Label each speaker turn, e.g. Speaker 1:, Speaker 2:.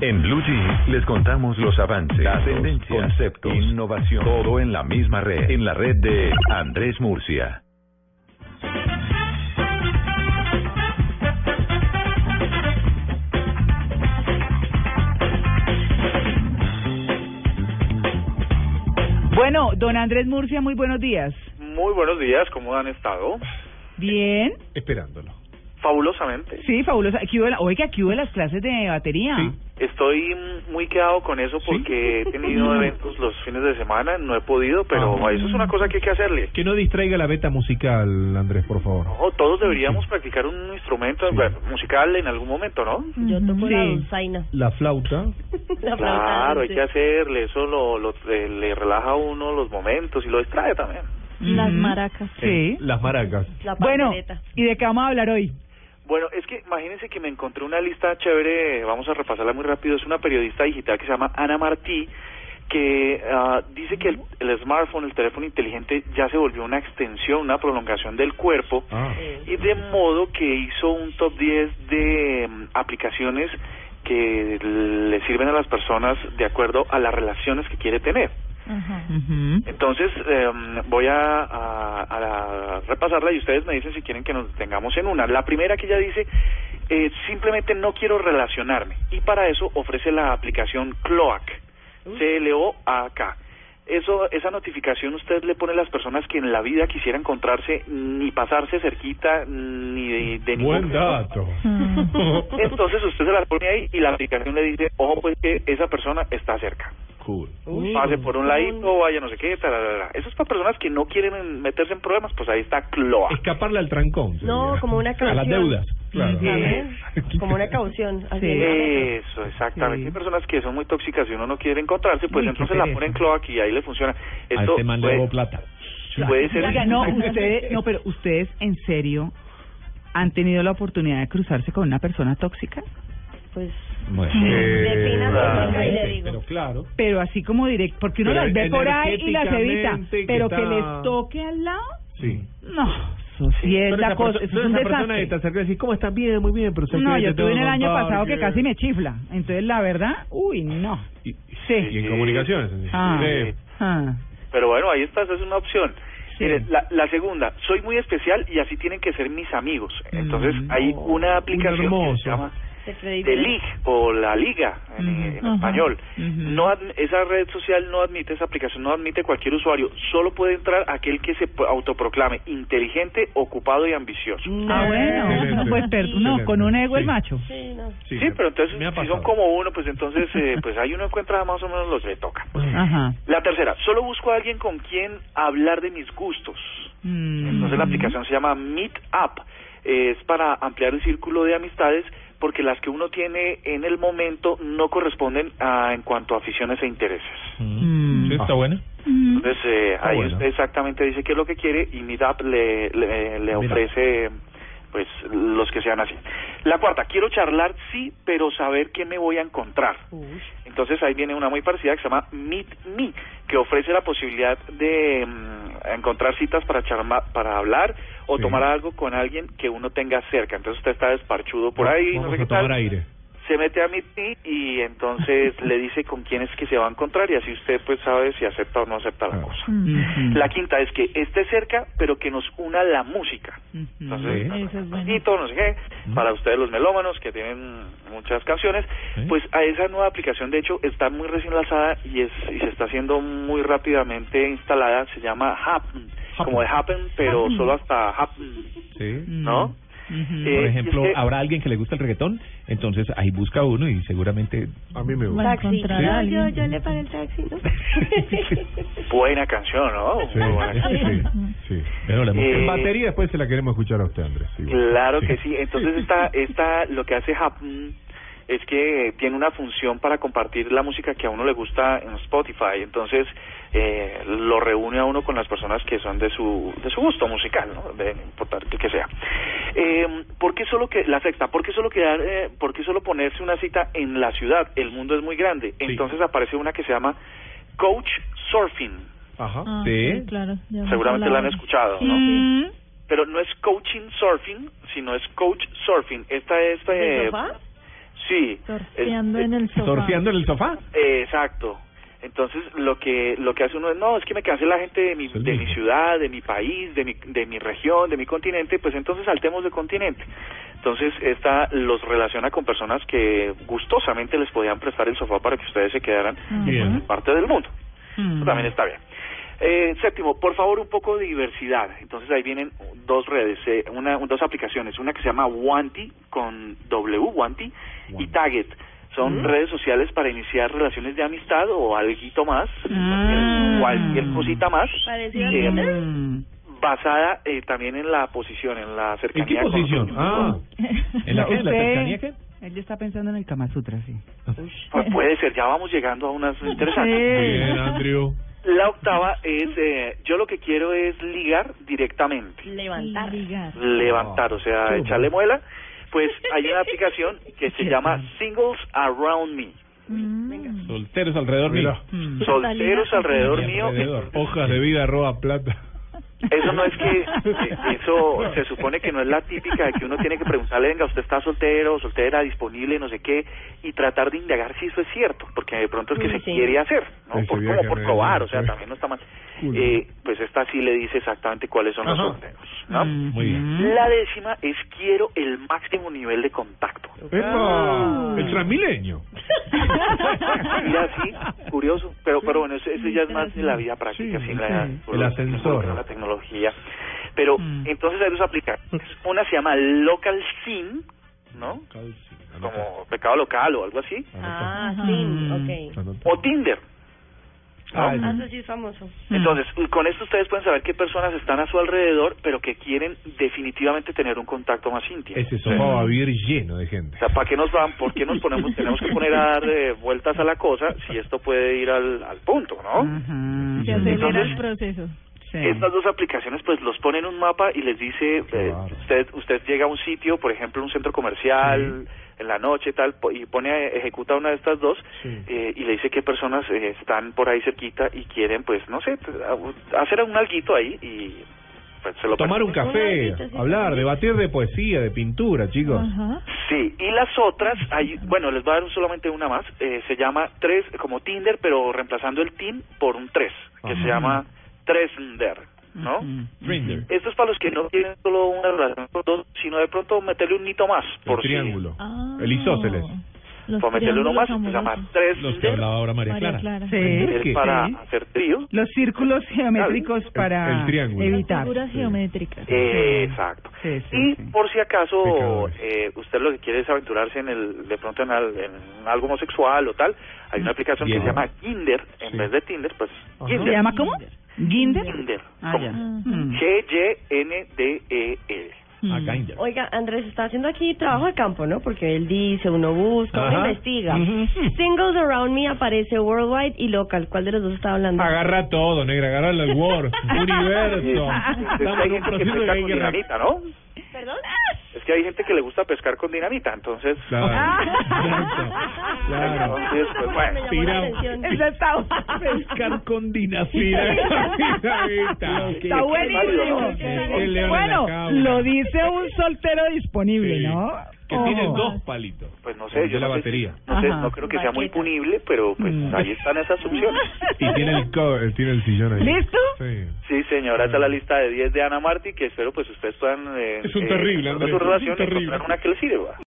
Speaker 1: En Blue Jeans les contamos los avances, las tendencias, conceptos, innovación, todo en la misma red, en la red de Andrés Murcia.
Speaker 2: Bueno, don Andrés Murcia, muy buenos días.
Speaker 3: Muy buenos días, ¿cómo han estado?
Speaker 2: Bien,
Speaker 4: Esperándolo.
Speaker 3: Fabulosamente.
Speaker 2: sí, fabuloso. Aquí hubo la- oiga, aquí hubo las clases de batería.
Speaker 3: Estoy muy quedado con eso porque he tenido eventos los fines de semana, no he podido, pero
Speaker 4: Ah.
Speaker 3: eso es una cosa que hay que hacerle.
Speaker 4: Que no distraiga la beta musical, Andrés, por favor.
Speaker 3: No, todos deberíamos practicar un instrumento
Speaker 4: Sí.
Speaker 3: bueno, musical en algún momento, ¿no?
Speaker 5: Yo toco la
Speaker 2: Sí.
Speaker 5: dulzaina.
Speaker 4: La flauta.
Speaker 5: La flauta
Speaker 3: Claro, hay
Speaker 5: dulce.
Speaker 3: que hacerle, eso lo, lo- le, le relaja a uno los momentos y lo distrae también.
Speaker 5: Las
Speaker 2: Ujú.
Speaker 5: maracas.
Speaker 2: Sí.
Speaker 4: eh, Las maracas.
Speaker 5: La
Speaker 2: Bueno,
Speaker 5: pandereta.
Speaker 2: ¿y de qué vamos a hablar hoy?
Speaker 3: Bueno, es que imagínense que me encontré una lista chévere, vamos a repasarla muy rápido, es una periodista digital que se llama Ana Martí, que ah, dice que el, el smartphone, el teléfono inteligente, ya se volvió una extensión, una prolongación del cuerpo,
Speaker 4: Ah.
Speaker 3: y de modo que hizo un top 10 de mm, aplicaciones que le sirven a las personas de acuerdo a las relaciones que quiere tener.
Speaker 2: Ujú.
Speaker 3: Entonces, em, voy a, a- a la- repasarla y ustedes me dicen si quieren que nos detengamos en una. La primera que ella dice, eh, simplemente no quiero relacionarme. Y para eso ofrece la aplicación Cloak, C-L-O-A-K. Eso, esa notificación usted le pone a las personas que en la vida quisiera encontrarse, ni pasarse cerquita, ni de, de ningún
Speaker 4: Buen dato.
Speaker 3: Entonces usted se la pone ahí y la aplicación le dice, ojo pues que esa persona está cerca
Speaker 4: Cool.
Speaker 3: pase por un ladito, vaya no sé qué, tararara. Eso es para personas que no quieren en- meterse en problemas, pues ahí está Cloa.
Speaker 4: Escaparle al trancón.
Speaker 5: No,
Speaker 4: sería.
Speaker 5: como una
Speaker 4: A las
Speaker 5: canción.
Speaker 4: deudas. Claro.
Speaker 5: También, Como una caución. así,
Speaker 2: Sí.
Speaker 5: ¿no?
Speaker 3: Eso, exactamente.
Speaker 2: Sí.
Speaker 3: Hay personas que son muy tóxicas y uno no quiere encontrarse, pues
Speaker 2: Uy, qué
Speaker 3: entonces la
Speaker 2: pereza.
Speaker 3: ponen Cloa y ahí le funciona.
Speaker 4: A
Speaker 3: Esto
Speaker 4: este man le
Speaker 3: puede-
Speaker 4: debo plata.
Speaker 3: puede ser-
Speaker 2: Oiga, no, ustedes, no, pero ustedes en serio han tenido la oportunidad de cruzarse con una persona tóxica,
Speaker 5: Pues
Speaker 4: Bueno. Eh,
Speaker 5: Defina
Speaker 3: lo
Speaker 5: que le
Speaker 4: sí,
Speaker 5: digo.
Speaker 4: Pero claro.
Speaker 2: pero así como directo, porque uno
Speaker 4: Pero
Speaker 2: las ve por ahí y las evita,
Speaker 4: energéticamente que
Speaker 2: pero que
Speaker 4: está-
Speaker 2: les toque al lado,
Speaker 4: Sí.
Speaker 2: no, eso sí
Speaker 4: Pero
Speaker 2: es la
Speaker 4: esa
Speaker 2: cosa,
Speaker 4: perso-
Speaker 2: eso
Speaker 4: no,
Speaker 2: es un
Speaker 4: esa persona que
Speaker 2: desastre.
Speaker 4: está cerca y dice, ¿cómo estás? Bien, muy bien, pero sé
Speaker 2: No,
Speaker 4: que
Speaker 2: yo
Speaker 4: te tengo
Speaker 2: tuve en el año
Speaker 4: contar
Speaker 2: pasado que
Speaker 4: que-
Speaker 2: casi me chifla. Entonces, la verdad, uy, no.
Speaker 4: Y,
Speaker 2: Sí.
Speaker 4: y en comunicaciones. sí.
Speaker 2: Ah.
Speaker 4: Sí.
Speaker 2: Ah.
Speaker 3: Pero bueno, ahí está, esa es una opción.
Speaker 2: Sí.
Speaker 3: Mire, la, la segunda, soy muy especial y así tienen que ser mis amigos. Entonces
Speaker 2: Mm.
Speaker 3: hay una aplicación que
Speaker 4: hermoso.
Speaker 3: se llama
Speaker 5: se
Speaker 3: The
Speaker 5: credibiliza.
Speaker 3: League o la Liga en,
Speaker 2: Ujú.
Speaker 3: en
Speaker 2: Ajá.
Speaker 3: español.
Speaker 2: Ujú.
Speaker 3: no adm- Esa red social no admite, esa aplicación no admite cualquier usuario. Solo puede entrar aquel que se po- autoproclame inteligente, ocupado y ambicioso.
Speaker 2: Ah, bueno,
Speaker 4: Excelente.
Speaker 2: no, pues perdón, no,
Speaker 4: Excelente.
Speaker 2: con un ego el
Speaker 4: Sí.
Speaker 2: macho.
Speaker 5: Sí, no.
Speaker 3: Sí, pero entonces
Speaker 4: me ha
Speaker 3: si
Speaker 4: pasado.
Speaker 3: son como uno, pues entonces eh, pues ahí uno encuentra más o menos los que le toca.
Speaker 4: Pues
Speaker 2: Ajá.
Speaker 3: La tercera, solo busco a alguien con quien hablar de mis gustos. Entonces
Speaker 2: Mm.
Speaker 3: la aplicación se llama Meet Up. Eh, Es para ampliar el círculo de amistades porque las que uno tiene en el momento no corresponden a, en cuanto a aficiones e intereses.
Speaker 2: Mm.
Speaker 4: Sí, está buena.
Speaker 2: Mm.
Speaker 3: Entonces eh,
Speaker 4: Está
Speaker 3: ahí
Speaker 4: Ah, bueno.
Speaker 3: usted exactamente dice qué es lo que quiere y Meet Up le, le, le
Speaker 4: Mira.
Speaker 3: ofrece pues los que sean así. La cuarta, quiero charlar sí, pero saber qué me voy a encontrar.
Speaker 5: Uy.
Speaker 3: Entonces ahí viene una muy parecida que se llama Meet Me, que ofrece la posibilidad de mm, encontrar citas para charma- para hablar o
Speaker 4: Sí.
Speaker 3: tomar algo con alguien que uno tenga cerca. Entonces usted está desparchudo por ahí, no
Speaker 4: Vamos
Speaker 3: sé
Speaker 4: a
Speaker 3: qué
Speaker 4: tomar
Speaker 3: tal.
Speaker 4: aire.
Speaker 3: Se mete a Meet Me y entonces le dice con quién es que se va a encontrar y así usted pues sabe si acepta o no acepta la
Speaker 4: Ah.
Speaker 3: cosa.
Speaker 2: Ujú.
Speaker 3: La quinta es que esté cerca, pero que nos una la música.
Speaker 2: Ujú.
Speaker 3: Entonces,
Speaker 4: Sí.
Speaker 2: Eso es bueno.
Speaker 3: Tito, no sé qué,
Speaker 4: Ujú.
Speaker 3: para ustedes los melómanos que tienen muchas canciones,
Speaker 4: Sí.
Speaker 3: pues a esa nueva aplicación de hecho está muy recién lanzada y, es, y se está haciendo muy rápidamente instalada, se llama Happen,
Speaker 4: Happn.
Speaker 3: como de Happen, pero
Speaker 5: Happn.
Speaker 3: solo hasta Happen.
Speaker 4: Sí.
Speaker 3: ¿no?
Speaker 2: Ujú.
Speaker 3: Eh,
Speaker 6: Por ejemplo,
Speaker 3: es que-
Speaker 6: habrá alguien que le gusta el reggaetón, entonces ahí busca uno y seguramente
Speaker 4: A mí me gusta.
Speaker 2: Bueno,
Speaker 5: Taxi.
Speaker 2: encontrar a
Speaker 5: Yo, yo,
Speaker 2: alguien.
Speaker 5: yo le pagué el taxi, ¿no?
Speaker 3: Buena canción, ¿no?
Speaker 4: Sí,
Speaker 3: Muy buena
Speaker 4: sí,
Speaker 3: canción.
Speaker 4: sí, sí.
Speaker 6: bueno, la mujer
Speaker 3: Eh,
Speaker 4: En batería después se la queremos escuchar a usted, Andrés. sí, bueno.
Speaker 3: Claro que sí. Entonces esta, esta, lo que hace Happen es que tiene una función para compartir la música que a uno le gusta en Spotify. Entonces eh, lo reúne a uno con las personas que son de su, de su gusto musical, ¿no? De no importar el que sea. Eh, ¿Por qué solo que la sexta? ¿Por qué solo quedar? eh, ¿Por qué solo ponerse una cita en la ciudad? El mundo es muy grande. Entonces aparece una que se llama Coach Surfing.
Speaker 4: Ajá.
Speaker 6: sí,
Speaker 3: Seguramente la han escuchado, ¿no?
Speaker 2: Mm.
Speaker 3: pero no es coaching surfing, sino es coach surfing. Esta es... eh,
Speaker 5: ¿De sofá?
Speaker 3: Sí.
Speaker 7: Torceando
Speaker 3: es-
Speaker 7: en el sofá.
Speaker 4: ¿Torceando en el sofá?
Speaker 3: Eh, Exacto. Entonces lo que lo que hace uno es no es que me canse la gente de mi,
Speaker 4: Es el
Speaker 3: de
Speaker 4: mismo.
Speaker 3: mi ciudad, de mi país, de mi de mi región, de mi continente, pues entonces saltemos de continente. Entonces esta los relaciona con personas que gustosamente les podían prestar el sofá para que ustedes se quedaran
Speaker 4: Bien.
Speaker 3: en parte del mundo.
Speaker 2: Mm.
Speaker 3: Eso también está bien. Eh, séptimo, por favor, un poco de diversidad. Entonces ahí vienen dos redes, eh, una, dos aplicaciones, una que se llama Wanti con W, Wanti, y Target. Son redes sociales para iniciar relaciones de amistad o algo más,
Speaker 2: Mm.
Speaker 3: cualquier, cualquier cosita más,
Speaker 5: Parecido a
Speaker 3: Sí.
Speaker 5: Tinder.
Speaker 2: Mm.
Speaker 3: basada eh, también en la posición, en la
Speaker 4: ¿En qué
Speaker 3: cercanía. con-
Speaker 4: posición? Ah,
Speaker 6: ¿En la qué? ¿En la
Speaker 2: Usted-
Speaker 6: cercanía qué?
Speaker 2: Él ya está pensando en el Kama Sutra, sí.
Speaker 3: Pues puede ser, ya vamos llegando a unas interesantes.
Speaker 4: bien, Andrew.
Speaker 3: La octava es, eh, yo lo que quiero es ligar directamente.
Speaker 5: Levantar.
Speaker 7: Ligar.
Speaker 3: levantar, o sea, echarle muela, pues hay una aplicación que se llama Singles Around Me.
Speaker 7: Mm.
Speaker 6: Solteros alrededor mío.
Speaker 4: Mira,
Speaker 2: Mm.
Speaker 3: Solteros alrededor mío.
Speaker 4: alrededor. Hojas de vida, roba plata.
Speaker 3: Eso no es que, eh, eso se supone que no es la típica de que uno tiene que preguntarle, venga, usted está soltero, soltera, disponible, no sé qué, y tratar de indagar si eso es cierto, porque de pronto es que
Speaker 5: Uy,
Speaker 3: se
Speaker 5: sí.
Speaker 3: quiere hacer, ¿no?
Speaker 4: Ese
Speaker 3: Por,
Speaker 4: viaje
Speaker 3: como por
Speaker 4: me-
Speaker 3: probar, o sea, también no está mal.
Speaker 4: Culo.
Speaker 3: Eh, pues esta sí le dice exactamente cuáles son los
Speaker 4: Ajá.
Speaker 3: solteros, ¿no?
Speaker 2: Mm.
Speaker 6: Muy bien.
Speaker 3: La décima es quiero el máximo nivel de contacto.
Speaker 4: ¡Epa! El transmilenio.
Speaker 3: Mira, sí, curioso, pero pero bueno, eso, eso ya es más de la vida práctica,
Speaker 4: Sí,
Speaker 3: sin la,
Speaker 4: sí. El ascensor.
Speaker 3: la tecnología. Pero
Speaker 2: Mm.
Speaker 3: entonces hay dos aplicaciones. Una se llama Local Sin, ¿no? Como pecado local o algo así,
Speaker 5: Ah,
Speaker 7: Ajá.
Speaker 5: sí, ok.
Speaker 3: o Tinder.
Speaker 4: Ah,
Speaker 5: Ah, eso sí es famoso.
Speaker 4: Mm.
Speaker 3: Entonces, con esto ustedes pueden saber qué personas están a su alrededor, pero que quieren definitivamente tener un contacto más íntimo.
Speaker 4: Ese sofá va a vivir lleno de gente.
Speaker 3: O sea, ¿para qué nos van? ¿Por qué nos ponemos? Tenemos que poner a dar eh, vueltas a la cosa si esto puede ir al, al punto, ¿no?
Speaker 2: Ajá.
Speaker 7: Se acelera el proceso.
Speaker 2: Sí.
Speaker 3: Estas dos aplicaciones pues los ponen en un mapa y les dice, eh,
Speaker 4: bárbaro.
Speaker 3: usted usted llega a un sitio, por ejemplo, un centro comercial en la noche tal po- y pone a- ejecuta una de estas dos
Speaker 4: Sí.
Speaker 3: eh, y le dice qué personas eh, están por ahí cerquita y quieren pues no sé, t- a- hacer un alguito ahí y pues, se lo
Speaker 4: Tomar un
Speaker 3: permiten.
Speaker 4: café, hablar, debatir de poesía, de pintura, chicos.
Speaker 7: Ajá.
Speaker 3: Sí, y las otras, hay, bueno, les voy a dar solamente una más, eh, se llama tres como Tinder, pero reemplazando el tin por un tres, que se
Speaker 4: Ajá.
Speaker 3: llama Tresnder, ¿no?
Speaker 2: Mm.
Speaker 6: Tinder.
Speaker 3: Esto es para los que no tienen solo una relación con dos, sino de pronto meterle un nito más.
Speaker 4: El
Speaker 3: Por si-
Speaker 4: triángulo.
Speaker 7: Ah.
Speaker 4: El isósceles.
Speaker 7: Los
Speaker 3: para meterle uno más,
Speaker 7: triángulos
Speaker 3: se llama
Speaker 7: amorosos.
Speaker 3: tres.
Speaker 6: Los que hablaba ahora María
Speaker 7: María
Speaker 6: Clara.
Speaker 7: Clara.
Speaker 2: Sí.
Speaker 3: Es
Speaker 4: ¿Qué?
Speaker 3: para
Speaker 2: Sí.
Speaker 3: hacer tríos.
Speaker 2: Los círculos geométricos para
Speaker 4: el triángulo.
Speaker 7: Las
Speaker 2: evitar.
Speaker 7: figuras geométricas.
Speaker 3: Eh,
Speaker 2: Sí.
Speaker 3: Exacto.
Speaker 2: Sí, sí,
Speaker 3: y
Speaker 2: sí.
Speaker 3: por si acaso
Speaker 4: Pecadores.
Speaker 3: eh, usted lo que quiere es aventurarse en el, de pronto en, al- en algo homosexual o tal, hay una aplicación
Speaker 6: Bien.
Speaker 3: que se llama Kinder, en
Speaker 4: Sí.
Speaker 3: vez de Tinder, pues
Speaker 2: ¿Se
Speaker 3: Kinder.
Speaker 2: llama cómo? Ginder.
Speaker 3: Kinder.
Speaker 2: Ah,
Speaker 3: como
Speaker 2: ya.
Speaker 7: Ujú.
Speaker 2: Mm.
Speaker 3: G-Y-N-D-E-L.
Speaker 6: Ah, Kinder.
Speaker 5: Oiga, Andrés está haciendo aquí trabajo de campo, ¿no? Porque él dice, uno busca, uno
Speaker 4: Ajá.
Speaker 5: investiga.
Speaker 4: Ujú.
Speaker 5: Singles Around Me aparece Worldwide y Local. ¿Cuál de los dos está hablando?
Speaker 4: Agarra todo, negra, agarra el Word, universo.
Speaker 3: Es que hay
Speaker 4: Estamos en un
Speaker 3: gente que
Speaker 4: proceso de
Speaker 3: pesca
Speaker 4: que hay
Speaker 3: con
Speaker 4: que re-
Speaker 3: dinamita, ¿no?
Speaker 5: ¿Perdón?
Speaker 3: Es que hay gente que le gusta pescar con dinamita, entonces...
Speaker 5: Ah.
Speaker 4: Claro, claro.
Speaker 3: Entonces, pues, bueno.
Speaker 5: Me llamó la
Speaker 4: Tirao.
Speaker 5: atención.
Speaker 2: Esa está,
Speaker 6: Pescar con
Speaker 4: Mira,
Speaker 6: dinamita.
Speaker 4: mira, mira.
Speaker 2: está buenísimo.
Speaker 4: El león en la
Speaker 2: Bueno,
Speaker 4: jaula.
Speaker 2: lo dice un soltero disponible,
Speaker 4: Sí.
Speaker 2: ¿no?
Speaker 4: Que
Speaker 2: Ojo.
Speaker 4: tiene dos palitos.
Speaker 3: Pues no sé,
Speaker 4: El
Speaker 3: yo
Speaker 4: de la
Speaker 3: no sé si-
Speaker 4: batería.
Speaker 3: no, sé,
Speaker 2: Ajá.
Speaker 3: no creo que sea muy
Speaker 5: Baqueta.
Speaker 3: punible, pero pues
Speaker 2: Mm.
Speaker 3: ahí están esas opciones.
Speaker 4: Y tiene el, co- eh, tiene el sillón ahí.
Speaker 2: ¿Listo?
Speaker 4: Sí.
Speaker 3: Sí, señora, esa es la lista de 10 de Ana Martí, que espero pues ustedes puedan... eh,
Speaker 4: Es un
Speaker 3: eh,
Speaker 4: terrible,
Speaker 3: en
Speaker 4: Andrés,
Speaker 3: su
Speaker 4: es un
Speaker 3: relación
Speaker 4: terrible.
Speaker 3: encontrar una que les sirva.